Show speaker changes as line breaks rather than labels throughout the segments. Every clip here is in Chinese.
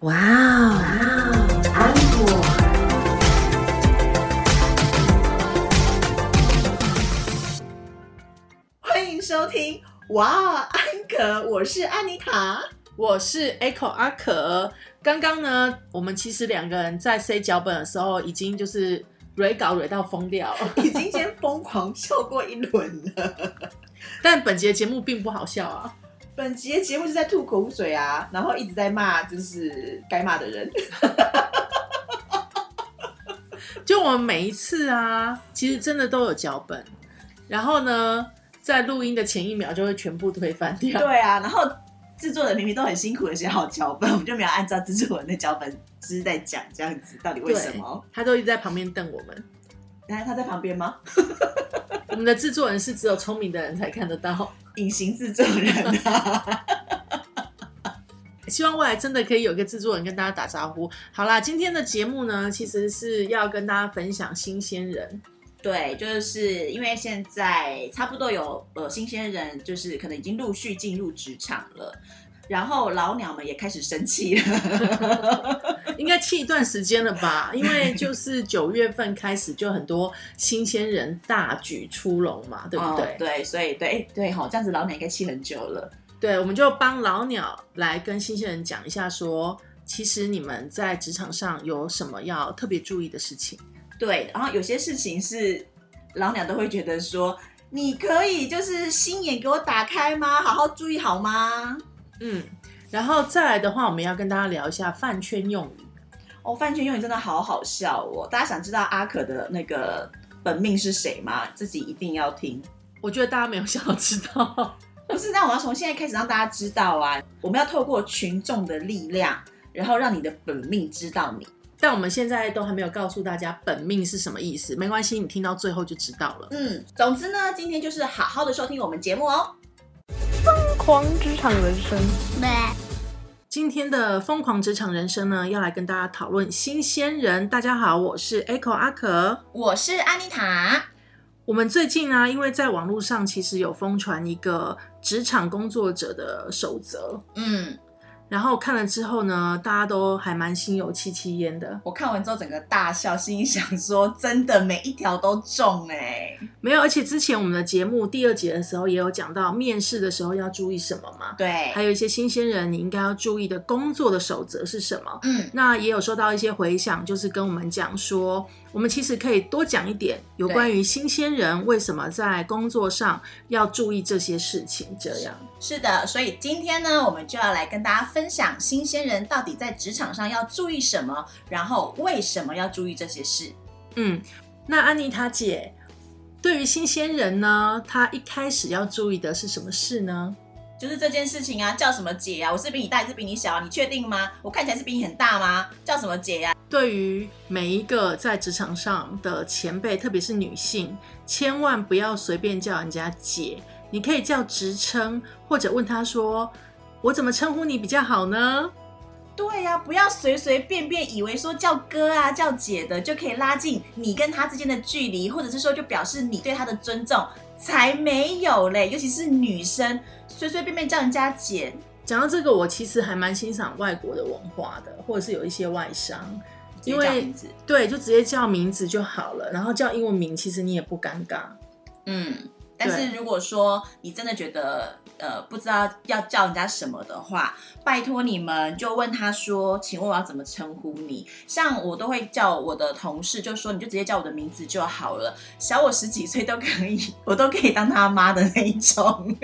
哇哦，安普。
欢迎收听哇安可，我是安妮塔。
我是 Echo 阿可。刚刚呢，我们其实两个人在 C 脚本的时候，已经就是蕊稿蕊到疯掉了。
已经先疯狂笑过一轮了。
但本节节目并不好笑啊。
本集的节目是在吐口水啊，然后一直在骂，就是该骂的人。
就我们每一次啊，其实真的都有脚本，然后呢，在录音的前一秒就会全部推翻掉。
对啊，然后制作人明明都很辛苦的写好脚本，我们就没有按照制作人的脚本，就是在讲这样子，到底为什么？
他都一直在旁边瞪我们。
然后他在旁边吗？
我们的制作人是只有聪明的人才看得到。
隐形制作人啊，
希望未来真的可以有一个制作人跟大家打招呼。好啦，今天的节目呢，其实是要跟大家分享新鲜人。
对，就是因为现在差不多有呃新鲜人，就是可能已经陆续进入职场了，然后老鸟们也开始生气了。
应该气一段时间了吧？因为就是九月份开始就很多新鲜人大举出笼 嘛，对不对？
哦 对，所以对哎对吼，这样子老鸟应该气很久了。
对，我们就帮老鸟来跟新鲜人讲一下说。其实你们在职场上有什么要特别注意的事情？
对，然后有些事情是老鸟都会觉得说，你可以就是心眼给我打开吗？好好注意好吗？
嗯，然后再来的话，我们要跟大家聊一下饭圈用语。
哦，饭圈用语真的好好笑哦！大家想知道阿可的那个本命是谁吗？自己一定要听。
我觉得大家没有想要知 道，
不是，那我要从现在开始让大家知道啊，我们要透过群众的力量，然后让你的本命知道你。
但我们现在都还没有告诉大家本命是什么意思。没关系，你听到最后就知道了。
嗯，总之呢，今天就是好好的收听我们节目哦。
狂职场人生。
今天的疯狂职场人生呢，要来跟大家讨论新鲜人。大家好，我是 Echo 阿可。
我是安妮塔。
我们最近呢、因为在网络上其实有疯传一个职场工作者的守则，
嗯，
然后看了之后呢，大家都还蛮心有戚戚焉的。
我看完之后整个大笑，心里想说，真的每一条都中哎、
没有，而且之前我们的节目第二节的时候也有讲到面试的时候要注意什么嘛，还
对，
有一些新鲜人你应该要注意的工作的守则是什么。
嗯，
那也有收到一些回响，就是跟我们讲说，我们其实可以多讲一点有关于新鲜人为什么在工作上要注意这些事情。这样，
是的。所以今天呢，我们就要来跟大家分享新鲜人到底在职场上要注意什么，然后为什么要注意这些事。
嗯，那安妮塔姐，对于新鲜人呢，她一开始要注意的是什么事呢？
就是这件事情啊，叫什么姐啊？我是比你大还是比你小啊？你确定吗？我看起来是比你很大吗？叫什么啊姐呀、
对于每一个在职场上的前辈，特别是女性，千万不要随便叫人家姐，你可以叫职称，或者问她说：“我怎么称呼你比较好呢？”
对呀、不要随随便便以为说叫哥啊、叫姐的就可以拉近你跟他之间的距离，或者是说就表示你对他的尊重，才没有嘞。尤其是女生，随随便便叫人家姐，
讲到这个，我其实还蛮欣赏外国的文化的，或者是有一些外商，
直
因
接叫
为
名字，
对，就直接叫名字就好了，然后叫英文名，其实你也不尴尬。
嗯。但是
对
如果说你真的觉得呃不知道要叫人家什么的话，拜托你们就问他说，请问我要怎么称呼你？像我都会叫我的同事，就说你就直接叫我的名字就好了，小我十几岁都可以， 我都可以当他妈的那一种。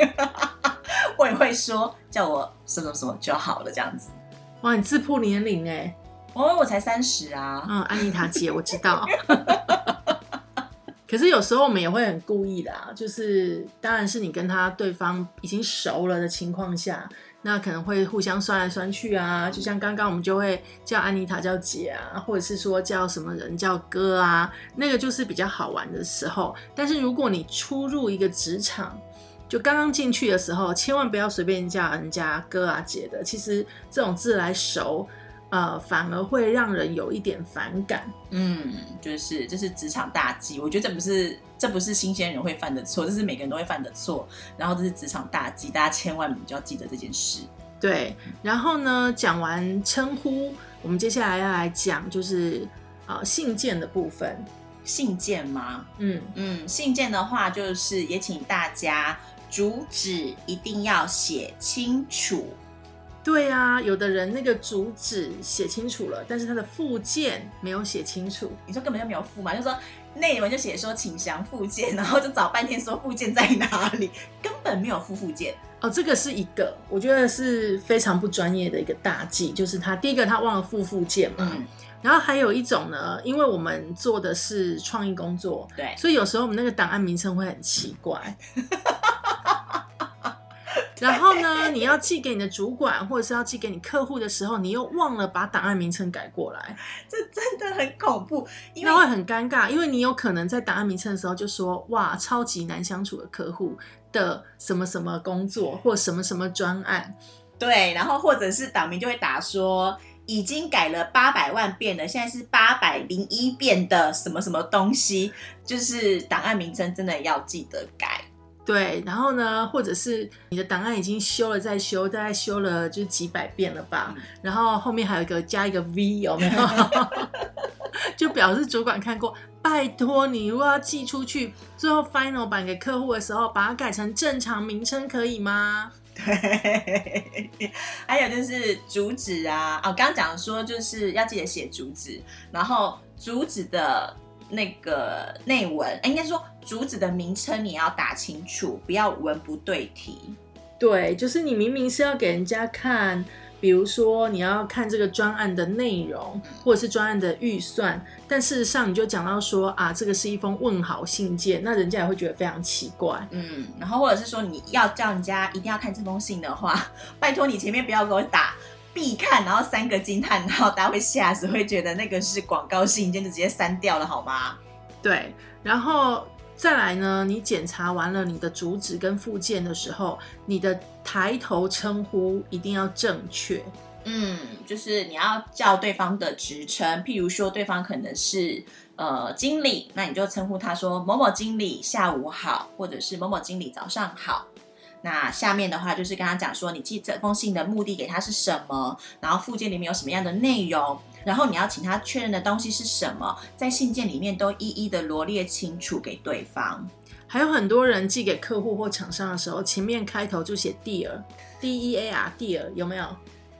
我也会说叫我什么什么就好了这样子。
哇，你自曝年龄哎、
哦，我才三十啊，
嗯，安妮塔姐，我知道。 可是有时候我们也会很故意的啊，就是当然是你跟他对方已经熟了的情况下，那可能会互相酸来酸去啊。就像刚刚我们就会叫安妮塔叫姐啊，或者是说叫什么人叫哥啊，那个就是比较好玩的时候。但是如果你初入一个职场，就刚刚进去的时候，千万不要随便叫人家哥啊姐的。其实这种自来熟，呃，反而会让人有一点反感。
嗯，就是这是职场大忌，我觉得这不是这不是新鲜人会犯的错，这是每个人都会犯的错，然后这是职场大忌，大家千万就要记得这件事。
对，然后呢，讲完称呼，我们接下来要来讲就是呃信件的部分。
信件吗？
嗯，
嗯，信件的话，就是也请大家主旨一定要写清楚。
对啊，有的人那个主旨写清楚了，但是他的附件没有写清楚。
你说根本就没有附嘛，就说内容就写说请详附件，然后就找半天说附件在哪里，根本没有附附件。
哦，这个是一个，我觉得是非常不专业的一个大忌，就是他第一个他忘了附附件嘛，
嗯，
然后还有一种呢，因为我们做的是创意工作，
对
所以有时候我们那个档案名称会很奇 怪。然后呢，你要寄给你的主管或者是要寄给你客户的时候，你又忘了把档案名称改过来，
这真的很恐怖，因
那会
为
很尴尬，因为你有可能在档案名称的时候就说哇，超级难相处的客户的什么什么工作或什么什么专案，
对，然后或者是党名就会打说。已经改了八百万遍了，现在是八百零一遍的什么什么东西，就是档案名称真的要记得改。
对，然后呢，或者是你的档案已经修了再修，大概修了就是几百遍了吧，
嗯
然后后面还有一个加一个 V，有没有？ 就表示主管看过，拜托你如果要寄出去，最后 final 版给客户的时候，把它改成正常名称可以吗？
对， 还有就是主旨啊，哦，刚刚讲说就是要记得写主旨，然后主旨的那个内文，哎应该说主旨的名称你要打清楚，不要文不对题。
对，就是你明明是要给人家看，比如说你要看这个专案的内容，或者是专案的预算，但事实上你就讲到说啊，这个是一封问好信件，那人家也会觉得非常奇怪。
嗯，然后或者是说你要叫人家一定要看这封信的话， 拜托你前面不要给我打必看，然后三个惊叹号，大家会吓死，会觉得那个是广告信件，就直接删掉了好吗？
对，然后再来呢，你检查完了你的主旨跟附件的时候，你的抬头称呼一定要正确。
嗯，就是你要叫对方的职称，譬如说对方可能是呃经理，那你就称呼他说某某经理下午好，或者是某某经理早上好。那下面的话就是跟他讲说，你寄这封信的目的给他是什么，然后附件里面有什么样的内容，然后你要请他确认的东西是什么，在信件里面都一一的罗列清楚给对方。
还有很多人寄给客户或厂商的时候，前面开头就写 dear，d e a r dear，有没有？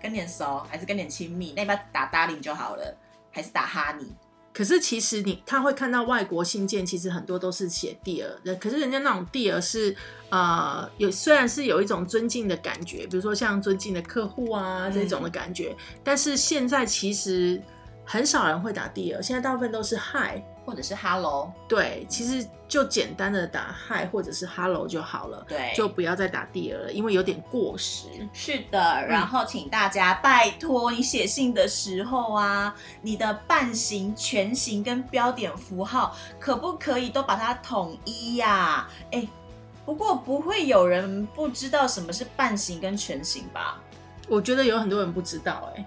跟点熟还是跟点亲密，那你不要打 darling 就好了，还是打哈尼？
可是其实你他会看到外国信件，其实很多都是写 dear，的可是人家那种 dear 是呃有虽然是有一种尊敬的感觉，比如说像尊敬的客户啊
嗯
这种的感觉，但是现在其实很少人会打 dear，现在大部分都是 hi。
或者是 hello，
对，其实就简单的打 hi 或者是 hello 就好了，
对，
就不要再打 dear 了，因为有点过时。
是的，然后请大家拜托你写信的时候啊，你的半形、全形跟标点符号可不可以都把它统一呀、哎，不过不会有人不知道什么是半形跟全形吧？
我觉得有很多人不知道、欸，哎，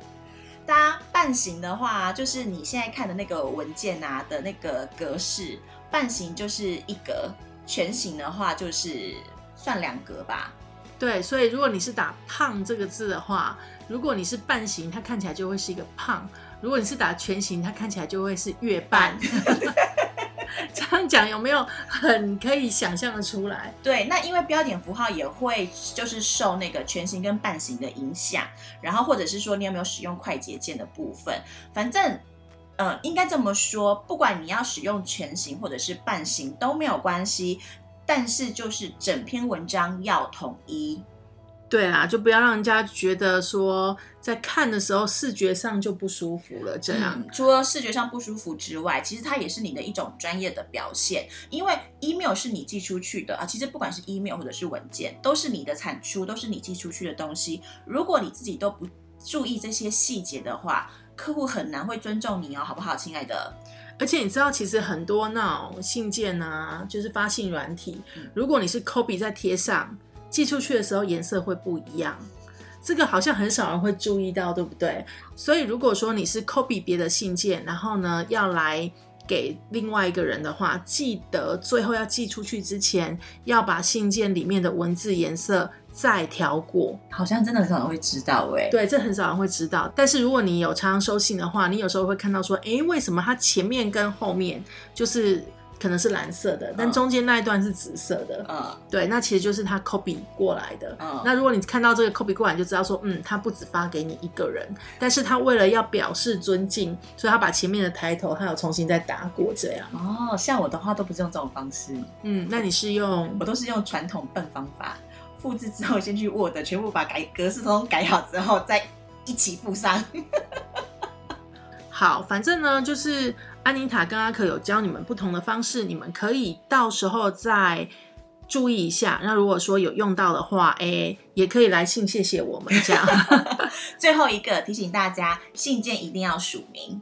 大家半形的话，啊就是你现在看的那个文件啊的那个格式，半形就是一格，全形的话就是算两格吧。
对，所以如果你是打“胖”这个字的话，如果你是半形，它看起来就会是一个胖；如果你是打全形，它看起来就会是月半。 这样讲有没有很可以想象的出来？
对，那因为标点符号也会就是受那个全形跟半形的影响，然后或者是说你有没有使用快捷键的部分，反正。呃，应该这么说，不管你要使用全形或者是半形都没有关系，但是就是整篇文章要统一。
对啦，就不要让人家觉得说在看的时候视觉上就不舒服了。这样，
嗯除了视觉上不舒服之外，其实它也是你的一种专业的表现，因为 email 是你寄出去的啊。其实不管是 email 或者是文件，都是你的产出，都是你寄出去的东西。如果你自己都不注意这些细节的话，客户很难会尊重你哦，好不好，亲爱的？
而且你知道，其实很多那种信件啊，就是发信软体
嗯，
如果你是 copy 再贴上，寄出去的时候颜色会不一样。这个好像很少人会注意到，对不对？所以如果说你是 copy 别的信件，然后呢要来给另外一个人的话，记得最后要寄出去之前，要把信件里面的文字颜色再调过。
好像真的很少人会知道哎、
对，这很少人会知道。但是如果你有常常收信的话，你有时候会看到说，诶，为什么它前面跟后面就是可能是蓝色的，但
嗯
中间那一段是紫色的？
嗯
对，那其实就是它 copy 过来的。
嗯
那如果你看到这个 copy 过来，你就知道说，嗯，它不只发给你一个人，但是它为了要表示尊敬，所以它把前面的抬头它有重新再打过这样。
哦，像我的话都不是用这种方式，
嗯，那你是用
我都是用传统笨方法，复制之后先去 Word 全部把改格式通通改好之后再一起附上。
好，反正呢，就是安妮塔跟阿可有教你们不同的方式，你们可以到时候再注意一下。那如果说有用到的话，哎、也可以来信谢谢我们这样。
最后一个提醒大家，信件一定要署名。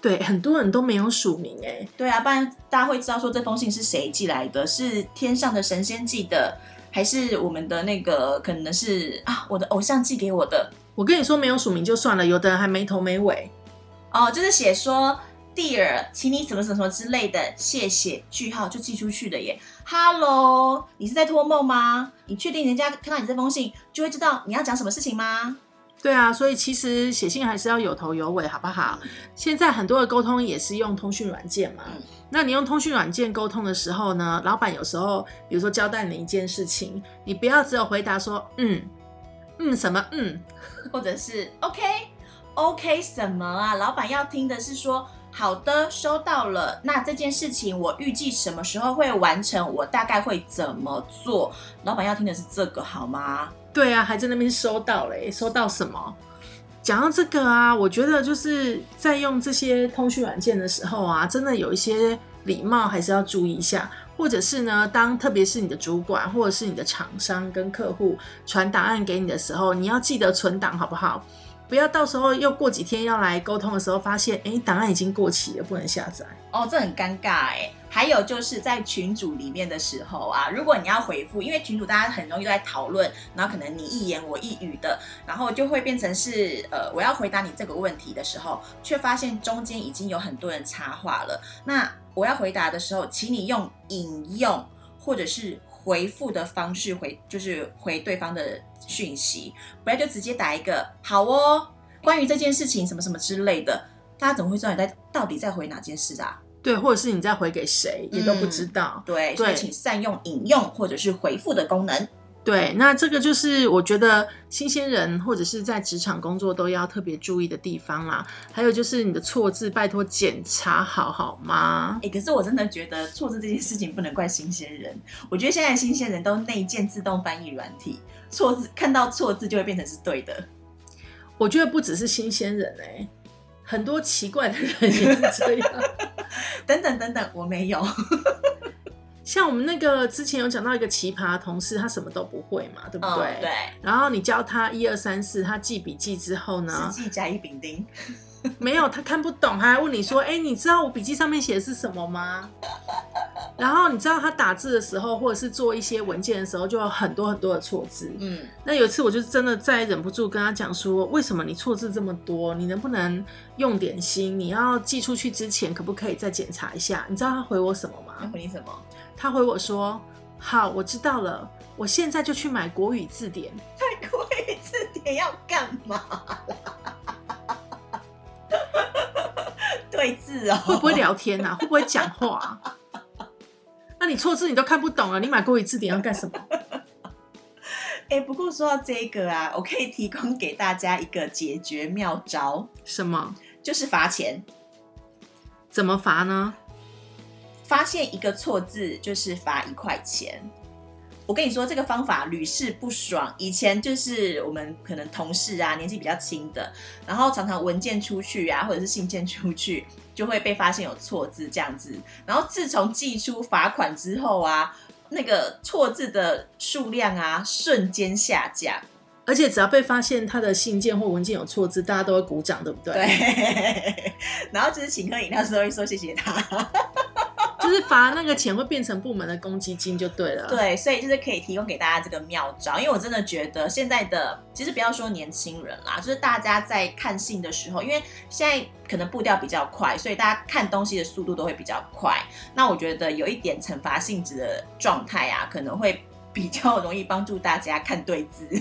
对，很多人都没有署名哎、
对啊，不然大家会知道说这封信是谁寄来的，是天上的神仙寄的，还是我们的那个可能是啊我的偶像寄给我的
我跟你说没有署名就算了，有的人还没头没尾。
哦，就是写说 Dear，请你什么什么什么之类的，谢谢句号就寄出去的耶。Hello，你是在托梦吗？你确定人家看到你这封信就会知道你要讲什么事情吗？
对啊，所以其实写信还是要有头有尾，好不好？现在很多的沟通也是用通讯软件嘛。
嗯
那你用通讯软件沟通的时候呢，老板有时候，比如说交代你一件事情，你不要只有回答说嗯嗯什么嗯，
或者是 OK OK 什么啊？老板要听的是说好的，收到了。那这件事情我预计什么时候会完成？我大概会怎么做？老板要听的是这个好吗？
对啊，还在那边收到嘞，收到什么？讲到这个啊，我觉得就是在用这些通讯软件的时候啊，真的有一些礼貌还是要注意一下，或者是呢，当特别是你的主管或者是你的厂商跟客户传档案给你的时候，你要记得存档，好不好？不要到时候又过几天要来沟通的时候，发现哎，诶档案已经过期了，不能下载。
哦，这很尴尬哎、还有就是在群组里面的时候啊，如果你要回复，因为群组大家很容易在讨论，然后可能你一言我一语的，然后就会变成是呃，我要回答你这个问题的时候，却发现中间已经有很多人插话了。那我要回答的时候，请你用引用或者是回复的方式回，就是回对方的讯息，不要就直接打一个“好哦”，关于这件事情什么什么之类的。大家怎么会知道你在到底在回哪件事啊？
对，或者是你再回给谁也都不知道。
对，
对
所以请善用引用或者是回复的功能。
对，那这个就是我觉得新鲜人或者是在职场工作都要特别注意的地方啦。还有就是你的错字，拜托检查好好吗？
哎、可是我真的觉得错字这件事情不能怪新鲜人，我觉得现在新鲜人都内建自动翻译软体，错字看到错字就会变成是对的。
我觉得不只是新鲜人哎、很多奇怪的人也是这样。
等等等等，我没有。
嗯像我们那个之前有讲到一个奇葩同事，他什么都不会嘛，对不
嗯，
对？
对，
然后你教他一二三四，他记笔记之后呢
实，际甲乙丙丁。
没有，他看不懂，他还问你说：“哎、你知道我笔记上面写的是什么吗？”然后你知道他打字的时候，或者是做一些文件的时候，就有很多很多的错字。
嗯，
那有一次，我就真的再忍不住跟他讲说：“为什么你错字这么多？你能不能用点心？你要寄出去之前，可不可以再检查一下？”你知道他回我什么
要
吗？
回你什么？
他回我说：“好，我知道了，我现在就去买国语字典。”
太国语字典要干嘛啦？对字哦，
会不会聊天啊？会不会讲话、啊？ 那你错字你都看不懂了，你买国语字典要干什么？
哎、不过说到这个啊，我可以提供给大家一个解决妙招，
什么？
就是罚钱。
怎么罚呢？
发现一个错字就是罚一块钱。我跟你说，这个方法屡试不爽。以前就是我们可能同事啊，年纪比较轻的，然后常常文件出去啊，或者是信件出去，就会被发现有错字这样子。然后自从寄出罚款之后啊，那个错字的数量啊，瞬间下降。
而且只要被发现他的信件或文件有错字，大家都会鼓掌，对不对？，
对， 然后就是请喝饮料的时候会说谢谢他。
就是罚那个钱会变成部门的公积金就对了。，
对，所以就是可以提供给大家这个妙招，因为我真的觉得现在的其实不要说年轻人啦，就是大家在看信的时候，因为现在可能步调比较快，所以大家看东西的速度都会比较快。那我觉得有一点惩罚性质的状态啊，可能会 比较容易帮助大家看对字。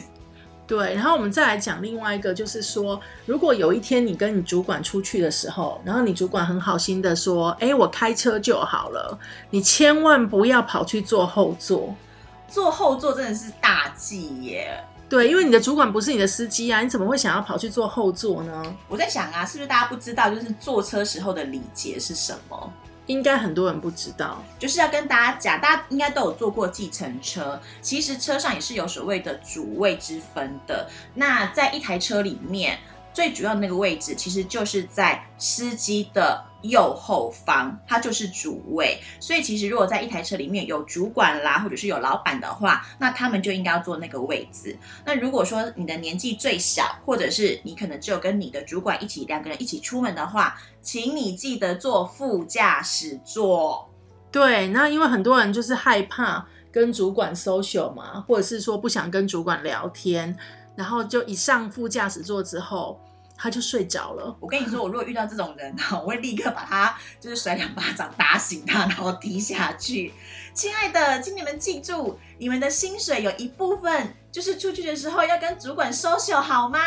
对，然后我们再来讲另外一个，就是说，如果有一天你跟你主管出去的时候，然后你主管很好心的说：“哎，我开车就好了。”你千万不要跑去坐后座，
坐后座真的是大忌耶！
对，因为你的主管不是你的司机啊，你怎么会想要跑去坐后座呢？
我在想啊，是不是大家不知道，就是坐车时候的礼节是什么？
应该很多人不知道。
就是要跟大家讲，大家应该都有坐过计程车，其实车上也是有所谓的主位之分的。那在一台车里面，最主要的那个位置其实就是在司机的右后方，它就是主位。所以其实如果在一台车里面有主管啦，或者是有老板的话，那他们就应该要坐那个位置。那如果说你的年纪最小，或者是你可能只有跟你的主管一起两个人一起出门的话，请你记得坐副驾驶座。
对，那因为很多人就是害怕跟主管 social 嘛，或者是说不想跟主管聊天，然后就一上副驾驶座之后，他就睡着了。
我跟你说，我如果遇到这种人哈，我会立刻把他就是甩两巴掌，打醒他，然后踢下去。亲爱的，请你们记住，你们的薪水有一部分就是出去的时候要跟主管 social 好吗？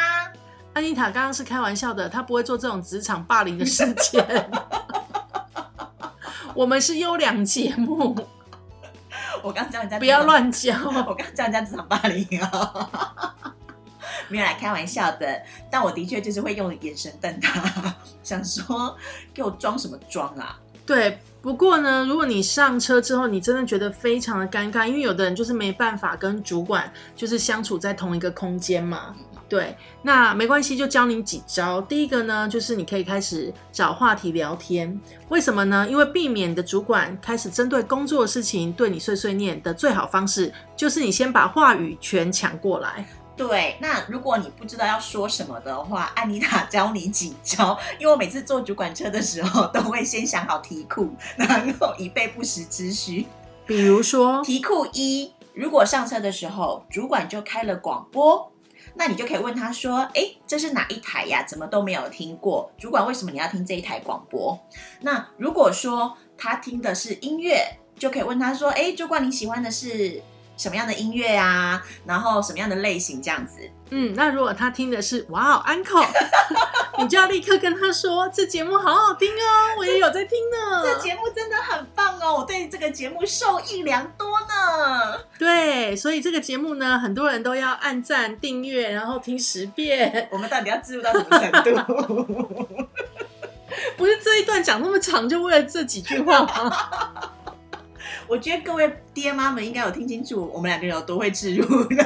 安妮塔刚刚是开玩笑的，她不会做这种职场霸凌的事情。 我们是优良节目，
我刚叫人家
不要乱教。
我刚叫人家职场霸凌啊、没有来开玩笑的。但我的确就是会用眼神瞪他，想说给我装什么装啊？
对，不过呢，如果你上车之后，你真的觉得非常的尴尬，因为有的人就是没办法跟主管就是相处在同一个空间嘛。对，那没关系，就教你几招。第一个呢，就是你可以开始找话题聊天。为什么呢？因为避免你的主管开始针对工作的事情对你碎碎念的最好方式，就是你先把话语权抢过来。
对，那如果你不知道要说什么的话，安妮塔教你几招。因为我每次坐主管车的时候，都会先想好题库，然后以备不时之需。
比如 说，
题库一：如果上车的时候主管就开了广播，那你就可以问他说：“哎，这是哪一台呀？怎么都没有听过？主管为什么你要听这一台广播？”那如果说他听的是音乐，就可以问他说：“哎，主管你喜欢的是什么样的音乐啊？然后什么样的类型这样子？”
嗯，那如果他听的是“哇哦，uncle”，你就要立刻跟他说：“这节目好好 听哦，我也有在听呢。”
这节目真的很棒哦，我对这个节目受益良多呢。
对，所以这个节目呢，很多人都要按赞、订阅，然后听十遍。
我们到底要植入到什么程度？
不是这一段讲那么长，就为了这几句话吗？
我觉得各位爹妈们应该有听清楚，我们两个人有多会植入呢。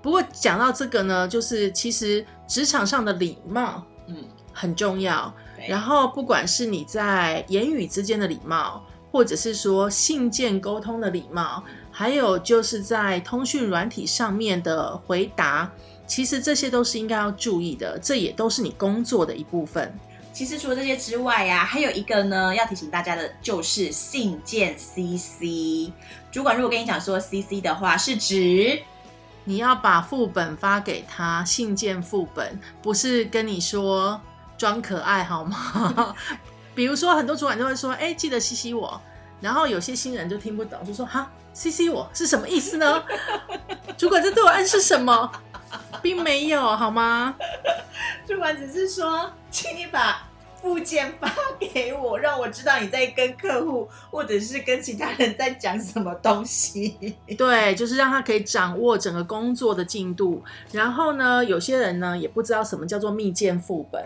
不过讲到这个呢，就是其实职场上的礼貌
嗯，
很重要。
对
然后，不管是你在言语之间的礼貌，或者是说信件沟通的礼貌，还有就是在通讯软体上面的回答，其实这些都是应该要注意的，这也都是你工作的一部分。
其实除了这些之外呀、还有一个呢，要提醒大家的就是信件 CC。主管如果跟你讲说 CC 的话，是指
你要把副本发给他，信件副本，不是跟你说装可爱好吗？ 比如说，很多主管就会说：“哎、记得吸吸我。”然后有些新人就听不懂，就说：“哈，吸吸我是什么意思呢？ 主管这对我暗示什么？并没有，好吗？
主管只是说，请你把附件发给我，让我知道你在跟客户或者是跟其他人在讲什么东西。
对，就是让他可以掌握整个工作的进度。然后呢，有些人呢也不知道什么叫做密件副本，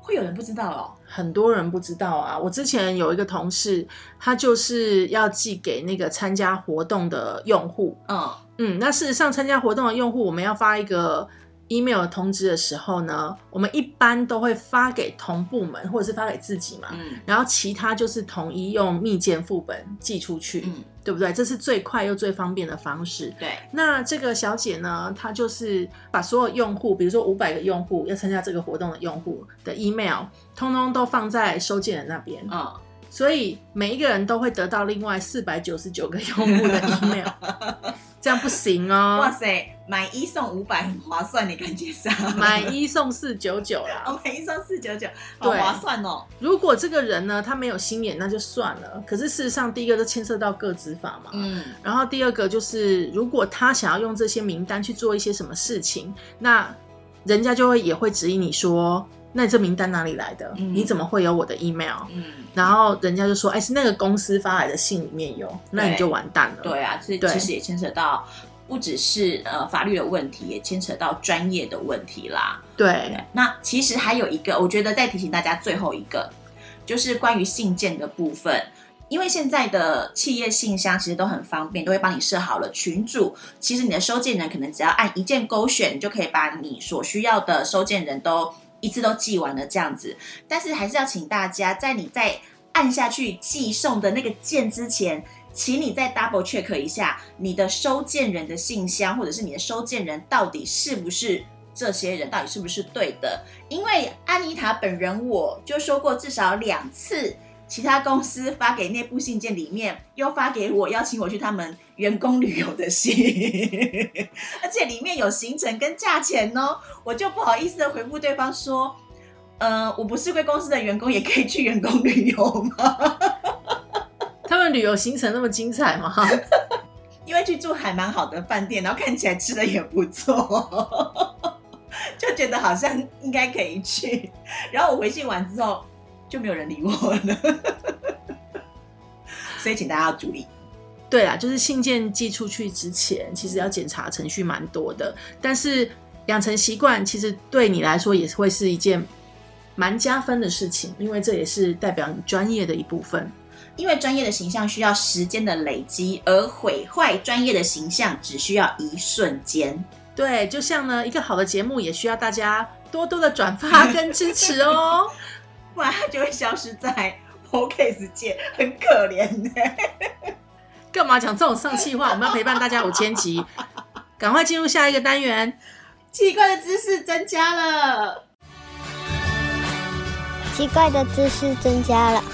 会有人不知道哦。
很多人不知道啊，我之前有一个同事，他就是要寄给那个参加活动的用户。
嗯，
嗯，那事实上参加活动的用户，我们要发一个 email 通知的时候呢，我们一般都会发给同部门或者是发给自己嘛，
嗯
然后其他就是统一用密件副本寄出去，
嗯，
对不对？这是最快又最方便的方式。
对，
那这个小姐呢，她就是把所有用户，比如说五百个用户要参加这个活动的用户的 email，通通都放在收件人那边，
嗯，
所以每一个人都会得到另外四百九十九个用户的 email。这样不行哦。
哇塞，买一送五百很划算的感觉上，
买一送四九九 啦。
哦买一送四九九，好
对
划算哦。
如果这个人呢，他没有心眼，那就算了。可是事实上，第一个就牵涉到个执法嘛，
嗯，
然后第二个就是，如果他想要用这些名单去做一些什么事情，那人家就会也会质疑你说，那这名单哪里来的？
嗯
你怎么会有我的 email？
嗯，
然后人家就说，哎，是那个公司发来的信里面有，那你
对
就完蛋了。
对啊，所以
对
其实也牵扯到不只是呃法律的问题，也牵扯到专业的问题啦。
对
对，那其实还有一个，我觉得再提醒大家最后一个，就是关于信件的部分。因为现在的企业信箱其实都很方便，都会帮你设好了群组。其实你的收件人可能只要按一键勾选，你就可以把你所需要的收件人都一次都寄完了这样子。但是还是要请大家，在你在按下去寄送的那个键之前，请你再 double check 一下你的收件人的信箱，或者是你的收件人到底是不是这些人，到底是不是对的？因为安妮塔本人我就说过至少两次。其他公司发给内部信件里面，又发给我邀请我去他们员工旅游的信， 而且里面有行程跟价钱哦，我就不好意思的回复对方说，呃，我不是贵公司的员工，也可以去员工旅游吗？
他们旅游行程那么精彩吗？
因为去住还蛮好的饭店，然后看起来吃的也不错， 就觉得好像应该可以去。然后我回信完之后，就没有人理我了。 所以请大家要注意，
对啦，就是信件寄出去之前，其实要检查程序蛮多的，但是养成习惯，其实对你来说也会是一件蛮加分的事情，因为这也是代表你专业的一部分。
因为专业的形象需要时间的累积，而毁坏专业的形象只需要一瞬间。
对，就像呢，一个好的节目也需要大家多多的转发跟支持哦。
不然它就会消失在 podcast 界，很可怜呢、
干嘛讲这种丧气话？我们要陪伴大家五千集，赶快进入下一个单元。
奇怪的知识增加了，
奇怪的知识增加了。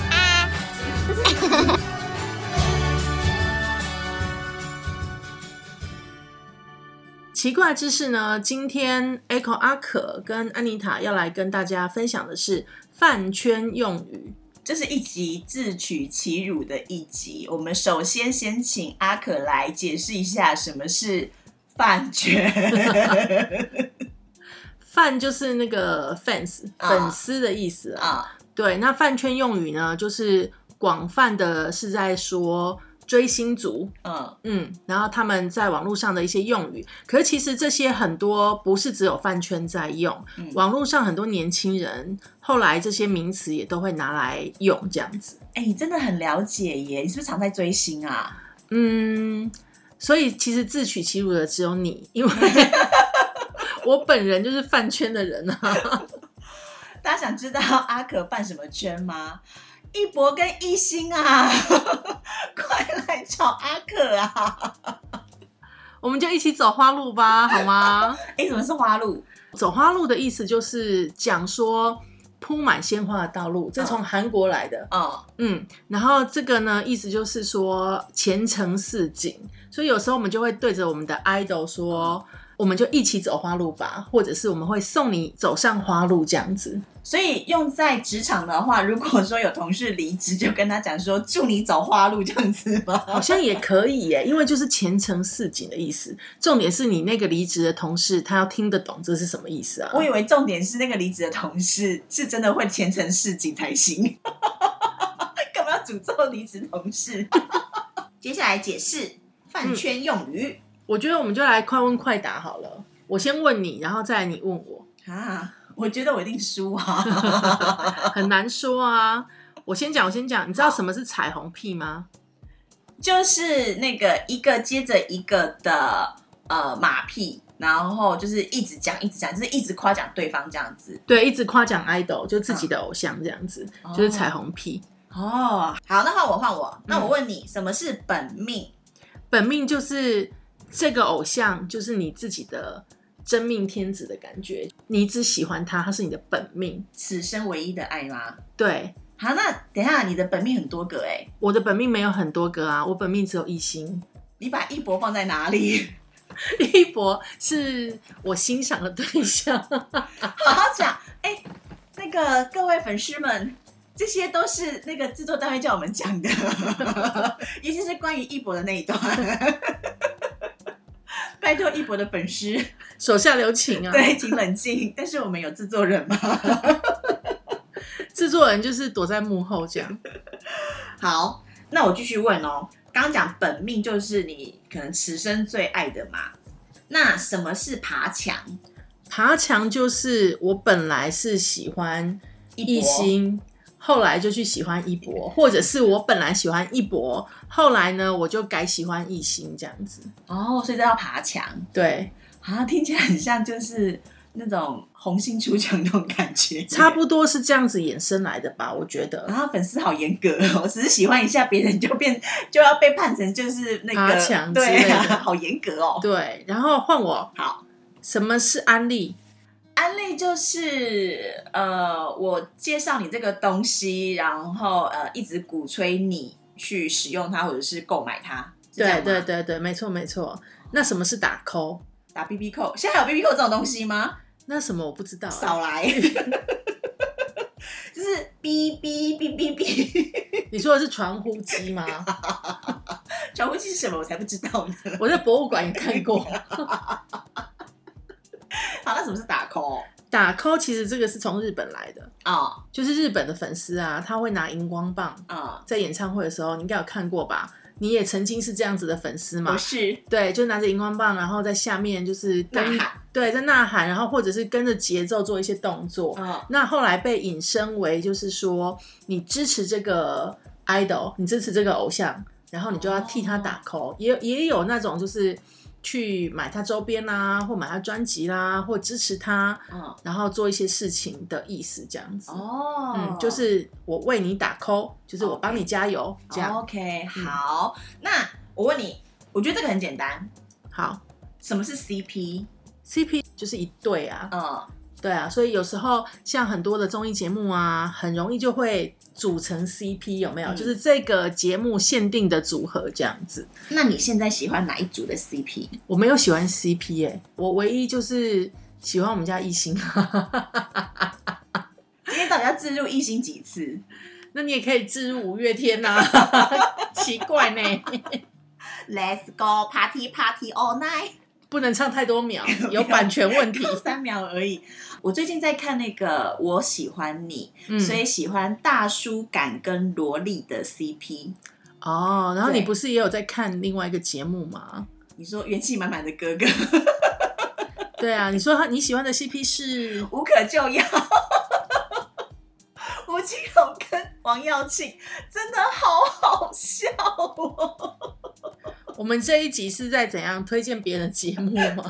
奇怪的知识呢，今天 Echo 阿可跟安妮塔要来跟大家分享的是饭圈用语。
这是一集自取其辱的一集。我们首先先请阿可来解释一下什么是饭圈
饭就是那个 fans
啊
粉丝的意思啊。
啊，
对，那饭圈用语呢，就是广泛的是在说追星族，
嗯
嗯，然后他们在网络上的一些用语。可是其实这些很多不是只有饭圈在用，
嗯
网络上很多年轻人后来这些名词也都会拿来用，这样子。
哎、你真的很了解耶，你是不是常在追星啊？
嗯，所以其实自取其辱的只有你， 因为我本人就是饭圈的人啊。
大家想知道阿可办什么圈吗？一博跟一星啊， 快来找阿可啊！
我们就一起走花路吧，好吗？
哎、什么是花路？
走花路的意思就是讲说铺满鲜花的道路，这从韩国来的。
嗯
嗯，然后这个呢，意思就是说前程似锦，所以有时候我们就会对着我们的 idol 说，我们就一起走花路吧，或者是我们会送你走上花路这样子。
所以用在职场的话，如果说有同事离职，就跟他讲说祝你走花路这样子
好
吗？
像也可以耶，因为就是前程似锦的意思。重点是你那个离职的同事，他要听得懂这是什么意思啊？
我以为重点是那个离职的同事是真的会前程似锦才行， 干嘛要诅咒离职同事？ 接下来解释饭圈用语、
我觉得我们就来快问快答好了。我先问你，然后再来你问我，
啊，我觉得我一定输啊！
很难说啊。我先讲，我先讲。你知道什么是彩虹屁吗？
就是那个一个接着一个的呃马屁，然后就是一直讲一直讲，就是一直夸奖对方这样子。
对，一直夸奖 idol，就自己的偶像这样子，
嗯哦
就是彩虹屁。
哦，好，那换我换我，那我问你，什么是本命？
本命就是这个偶像，就是你自己的真命天子的感觉。你只喜欢他，他是你的本命。
此生唯一的爱吗？
对，
好，那等一下你的本命很多个哎、
我的本命没有很多个啊，我本命只有一星。
你把一博放在哪里？
一博是我欣赏的对象，
好好讲。哎、那个各位粉丝们，这些都是那个制作单位叫我们讲的， 尤其是关于一博的那一段。 拜托一博的粉丝，
手下留情啊！
对，请冷静。但是我们有制作人嘛？
制作人就是躲在幕后这样。
好，那我继续问哦。刚刚讲本命就是你可能此生最爱的嘛？那什么是爬墙？
爬墙就是我本来是喜欢
一
一
博
心，后来就去喜欢一博，或者是我本来喜欢一博，后来呢我就改喜欢一心这样子。
哦，所以这叫爬墙。
对，
啊， 听起来很像就是那种红杏出墙那种感觉，
差不多是这样子衍生来的吧，我觉得。
啊，粉丝好严格哦，只是喜欢一下别人就变就要被判成就是那
阿
个
强之
对
类的
啊，好严格哦。
对，然后换我。
好，
什么是安利？
安利就是呃，我介绍你这个东西，然后呃，一直鼓吹你去使用它或者是购买它。是这样
对
吗
对，对对，没错没错。那什么是打 call？
打 B B 扣，现在还有 B B 扣这种东西吗？
那什么我不知道、欸。
少来， 就是哔哔哔哔哔，
你说的是传呼 机吗？
传呼机是什么？我才不知道 呢。
我在博物馆也看过。
好，那什么是打 call？
打 call 其实这个是从日本来的，
啊
就是日本的粉丝啊，他会拿荧光棒，
啊，
在演唱会的时候，你应该有看过吧？你也曾经是这样子的粉丝嘛
我？是
对，就拿着荧光棒，然后在下面就是跟
呐喊
对，在呐喊，然后或者是跟着节奏做一些动作。
啊
那后来被引申为就是说，你支持这个 idol，你支持这个偶像，然后你就要替他打 call、也
哦
有也有那种就是去买他周边啦、或买他专辑啦，或支持他，
啊
然后做一些事情的意思，这样子。
哦
嗯，就是我为你打 call，就是我帮你加油这
哦
样。
OK 好。那我问你，我觉得这个很简单，
好
什么是 CP？
，CP 就是一对啊，
嗯，
对啊，所以有时候像很多的综艺节目啊，很容易就会组成 CP，有没有？
嗯
就是这个节目限定的组合这样子。
那你现在喜欢哪一组的 CP？
我没有喜欢 CP 耶、我唯一就是喜欢我们家艺兴。
今天到底要置入一星几次？
那你也可以置入五月天呐、啊， 奇怪呢、
Let's go party party all night，
不能唱太多秒，有版权问题。
三秒而已。我最近在看那个《我喜欢你》，
嗯，
所以喜欢大叔感跟萝莉的 CP。
哦，然后你
对
不是也有在看另外一个节目吗？
你说元气满满的哥哥
对啊，你说他你喜欢的 CP 是
无可救药，吴青龙跟王耀庆真的好好笑哦。
我们这一集是在怎样推荐别人的节目吗？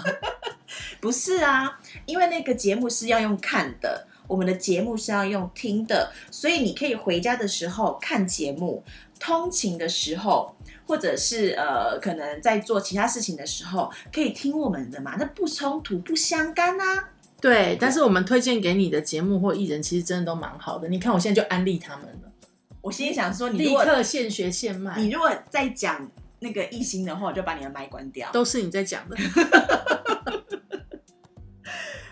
不是啊，因为那个节目是要用看的，我们的节目是要用听的，所以你可以回家的时候看节目，通勤的时候，或者是呃，可能在做其他事情的时候，可以听我们的嘛，那不冲突不相干啊。
对，但是我们推荐给你的节目或艺人，其实真的都蛮好的。你看我现在就安利他们了，
我心里想说，你如
立
果
刻现学现卖
你，如果再讲那个异星的话，我就把你的麦关掉。
都是你在讲的。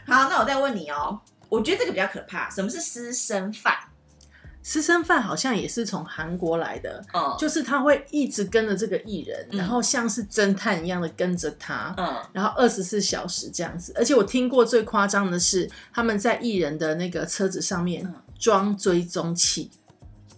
好，那我再问你哦，我觉得这个比较可怕，什么是私生饭？
私生饭好像也是从韩国来的，
嗯，
就是他会一直跟着这个艺人，
嗯
然后像是侦探一样的跟着他。
嗯
然后二十四小时这样子，而且我听过最夸张的是，他们在艺人的那个车子上面
嗯
装追踪器，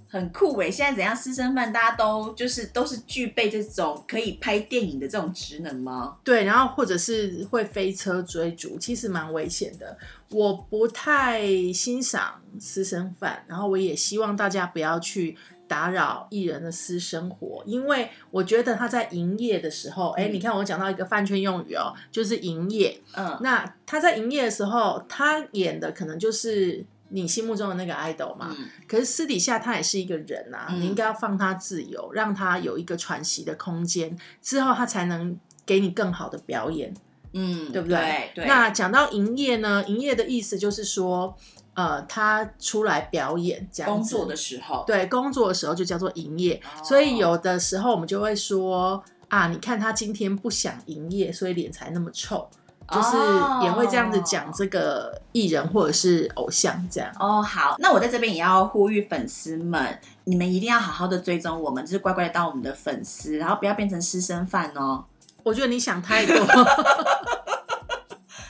很酷诶，现在怎样私生饭，大家都就是都是具备这种可以拍电影的这种职能吗？
对，然后或者是会飞车追逐，其实蛮危险的。我不太欣赏私生饭，然后我也希望大家不要去打扰艺人的私生活，因为我觉得他在营业的时候，哎、
嗯
你看我讲到一个饭圈用语哦，就是营业。
嗯
那他在营业的时候，他演的可能就是你心目中的那个 idol 嘛，
嗯
可是私底下他也是一个人啊，
嗯
你应该要放他自由，让他有一个喘息的空间，之后他才能给你更好的表演。
嗯，
对不对
对？对，
那讲到营业呢，营业的意思就是说，呃，他出来表演这样子
工作的时候，
对工作的时候就叫做营业，
哦
所以有的时候我们就会说。啊，你看他今天不想营业，所以脸才那么臭，
哦
就是也会这样子讲这个艺人或者是偶像这样。
哦，好，那我在这边也要呼吁粉丝们，你们一定要好好的追踪我们，就是乖乖的当我们的粉丝，然后不要变成私生饭哦。
我觉得你想太多，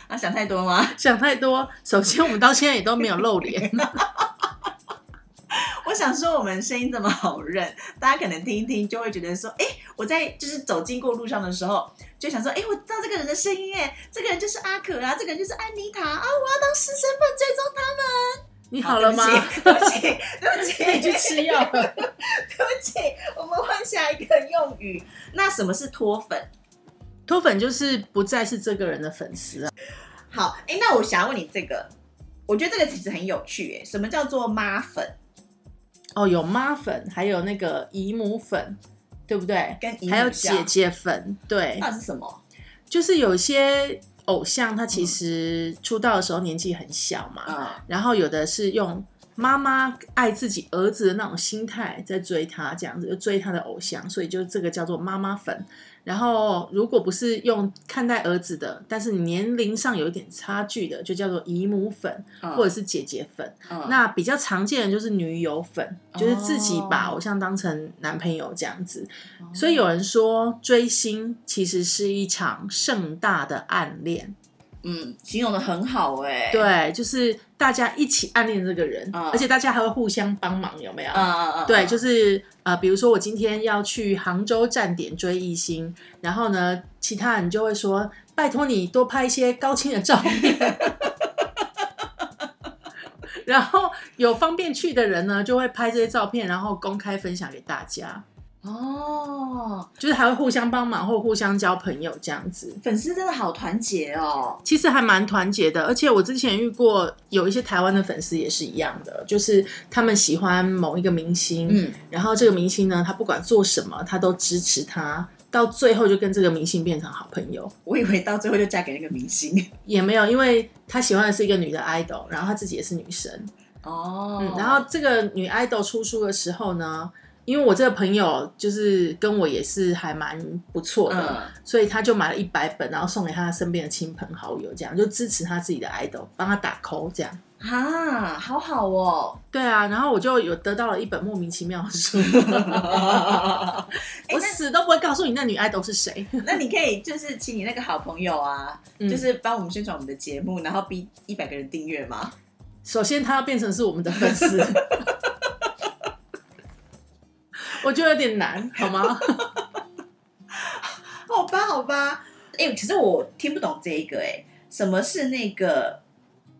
啊，想太多吗？
想太多。首先，我们到现在也都没有 露脸，
我想说，我们声音这么好认，大家可能听一听就会觉得说，哎、我在就是走经过路上的时候，就想说，哎、我知道这个人的声音，哎，这个人就是阿可啊，这个人就是安妮塔啊，我要当私生饭追踪他们。
你好了吗？
对不起，对不起，
可
对
以
不
去
起，
吃药了。
对不起，我们换下一个用语。那什么是脱粉？
脱粉就是不再是这个人的粉丝啊，
好，哎、那我想要问你这个，我觉得这个其实很有趣，哎，什么叫做妈粉
哦，有妈粉，还有那个姨母粉，对不对？
跟姨母啊
还有
笑
姐姐粉，对，
到底是什么？
就是有些偶像他其实出道的时候年纪很小嘛，
嗯，
然后有的是用妈妈爱自己儿子的那种心态在追他，这样子就追他的偶像，所以就这个叫做妈妈粉。然后如果不是用看待儿子的，但是年龄上有一点差距的，就叫做姨母粉
嗯
或者是姐姐粉。
嗯
那比较常见的就是女友粉，就是自己把
哦
偶像当成男朋友这样子。所以有人说，追星其实是一场盛大的暗恋。
嗯，形容的很好，哎，，
对，就是大家一起暗恋这个人，
嗯
而且大家还会互相帮忙，有没有？
嗯嗯嗯，
对，
嗯
就是呃，比如说我今天要去杭州站点追艺星，然后呢，其他人就会说：“拜托你多拍一些高清的照片。” 然后有方便去的人呢，就会拍这些照片，然后公开分享给大家，
哦，
就是还会互相帮忙或互相交朋友这样子。
粉丝真的好团结哦。
其实还蛮团结的，而且我之前遇过有一些台湾的粉丝也是一样的，就是他们喜欢某一个明星，
嗯，
然后这个明星呢，他不管做什么，他都支持他，到最后就跟这个明星变成好朋友。
我以为到最后就嫁给那个明 星
也没有，因为他喜欢的是一个女的 idol，然后他自己也是女生，
哦
嗯，然后这个女 idol 出书的时候呢，因为我这个朋友就是跟我也是还蛮不错的，
嗯
所以他就买了一百本，然后送给他身边的亲朋好友，这样就支持他自己的 idol，帮他打 call 这样。
啊，好好哦，
对啊，然后我就有得到了一本莫名其妙的书，
哎
我死都不会告诉你那女 idol 是谁。
那你可以就是请你那个好朋友啊，
嗯
就是帮我们宣传我们的节目，然后逼一百个人订阅嘛。
首先，他要变成是我们的粉丝，我觉得有点难，好吗？
好吧，好吧。哎、其实我听不懂这一个、哎，什么是那个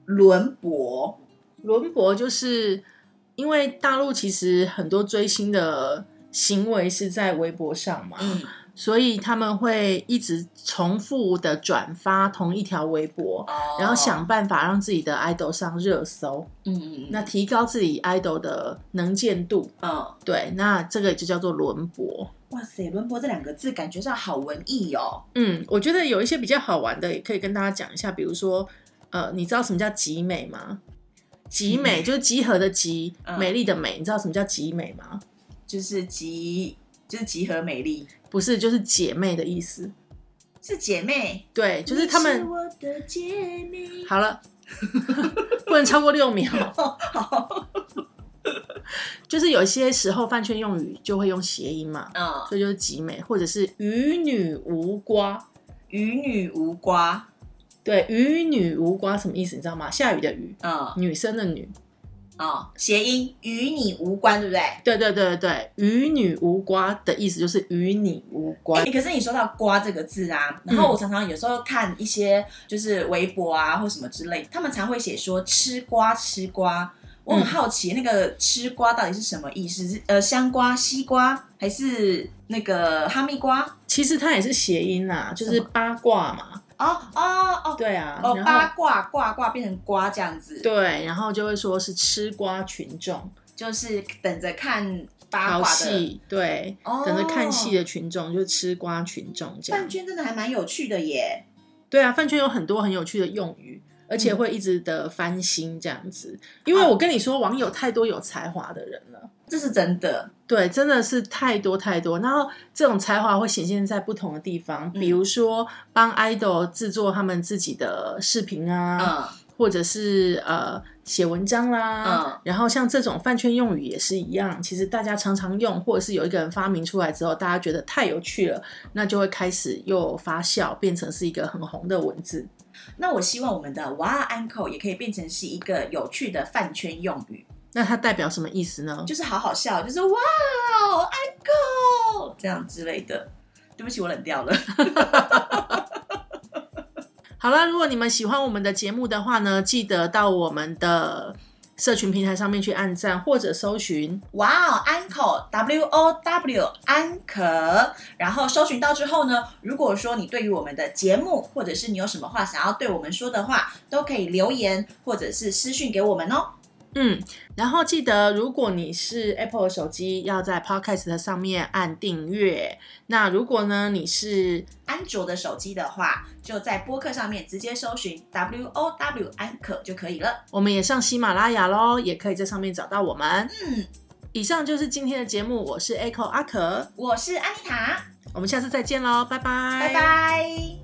轮博？
轮博就是因为大陆其实很多追星的行为是在微博上嘛，
嗯，
所以他们会一直重复的转发同一条微博，
哦
然后，想办法让自己的 idol 上热搜，
嗯嗯
那提高自己 idol 的能见度。
嗯，
对，那这个就叫做轮博。
哇塞，轮博这两个字感觉上好文艺哦。
嗯，我觉得有一些比较好玩的，也可以跟大家讲一下。比如说，呃，你知道什么叫集美吗？集美就是集合的集，
嗯
美丽的美。你知道什么叫集美吗？
就是集，就是集合美丽，
不是，就是姐妹的意思。
是姐妹，
对，就是他
你是
们
我的姐妹。
好了， 不能超过六秒。就是有些时候饭圈用语就会用谐音嘛，
嗯，
所以就是集美，或者是与女无瓜。
与女无瓜。
对，与女无瓜什么意思？你知道吗？下雨的雨，
嗯
女生的女。
嗯，谐音与你无关，对不对？
对对对对，与女无瓜的意思就是与你无关
欸。可是你说到“瓜”这个字啊，然
嗯
后我常常有时候看一些就是微博啊或什么之类，他们常会写说“吃瓜吃瓜”，我
嗯
很好奇那个“吃瓜”到底是什么意思？是呃香瓜、西瓜还是那个哈密瓜？
其实它也是谐音啦，就是
什么
八卦嘛。
哦哦哦
对啊，
哦，
然
八
后
卦卦卦变成瓜这样子，
对，然后就会说是吃瓜群众，
就是等着看八
好
卦的。
戏，对，
哦
等着看戏的群众就是吃瓜群众这样
饭。圈真的还蛮有趣的耶。
对啊，饭圈有很多很有趣的用语，而
嗯
且会一直的翻新这样子。因为我跟你说，网友太多有才华的人了。
这是真的。
对，真的是太多太多。然后这种才华会显现在不同的地方，
嗯
比如说帮 idol 制作他们自己的视频啊，
嗯，
或者是呃写文章啦，
嗯
然后像这种饭圈用语也是一样，其实大家常常用，或者是有一个人发明出来之后，大家觉得太有趣了，那就会开始又发酵，变成是一个很红的文字。
那我希望我们的哇 uncle 也可以变成是一个有趣的饭圈用语，
那它代表什么意思呢？
就是好好笑，就是哇 uncle 这样之类的。对不起，我冷掉了。
好了，如果你们喜欢我们的节目的话呢，记得到我们的社群平台上面去按赞或者搜寻。
哇哦，uncle W O W 安可，然后搜寻到之后呢，如果说你对于我们的节目，或者是你有什么话想要对我们说的话，都可以留言或者是私讯给我们哦。
嗯，然后记得，如果你是 Apple 的手机，要在 Podcast 的上面按订阅。那如果呢，你是
安卓的手机的话，就在播客上面直接搜寻 W O W 安可就可以了。
我们也上喜马拉雅喽，也可以在上面找到我们。
嗯，
以上就是今天的节目，我是 Echo 阿可，
我是安妮塔，
我们下次再见喽，拜拜，
拜拜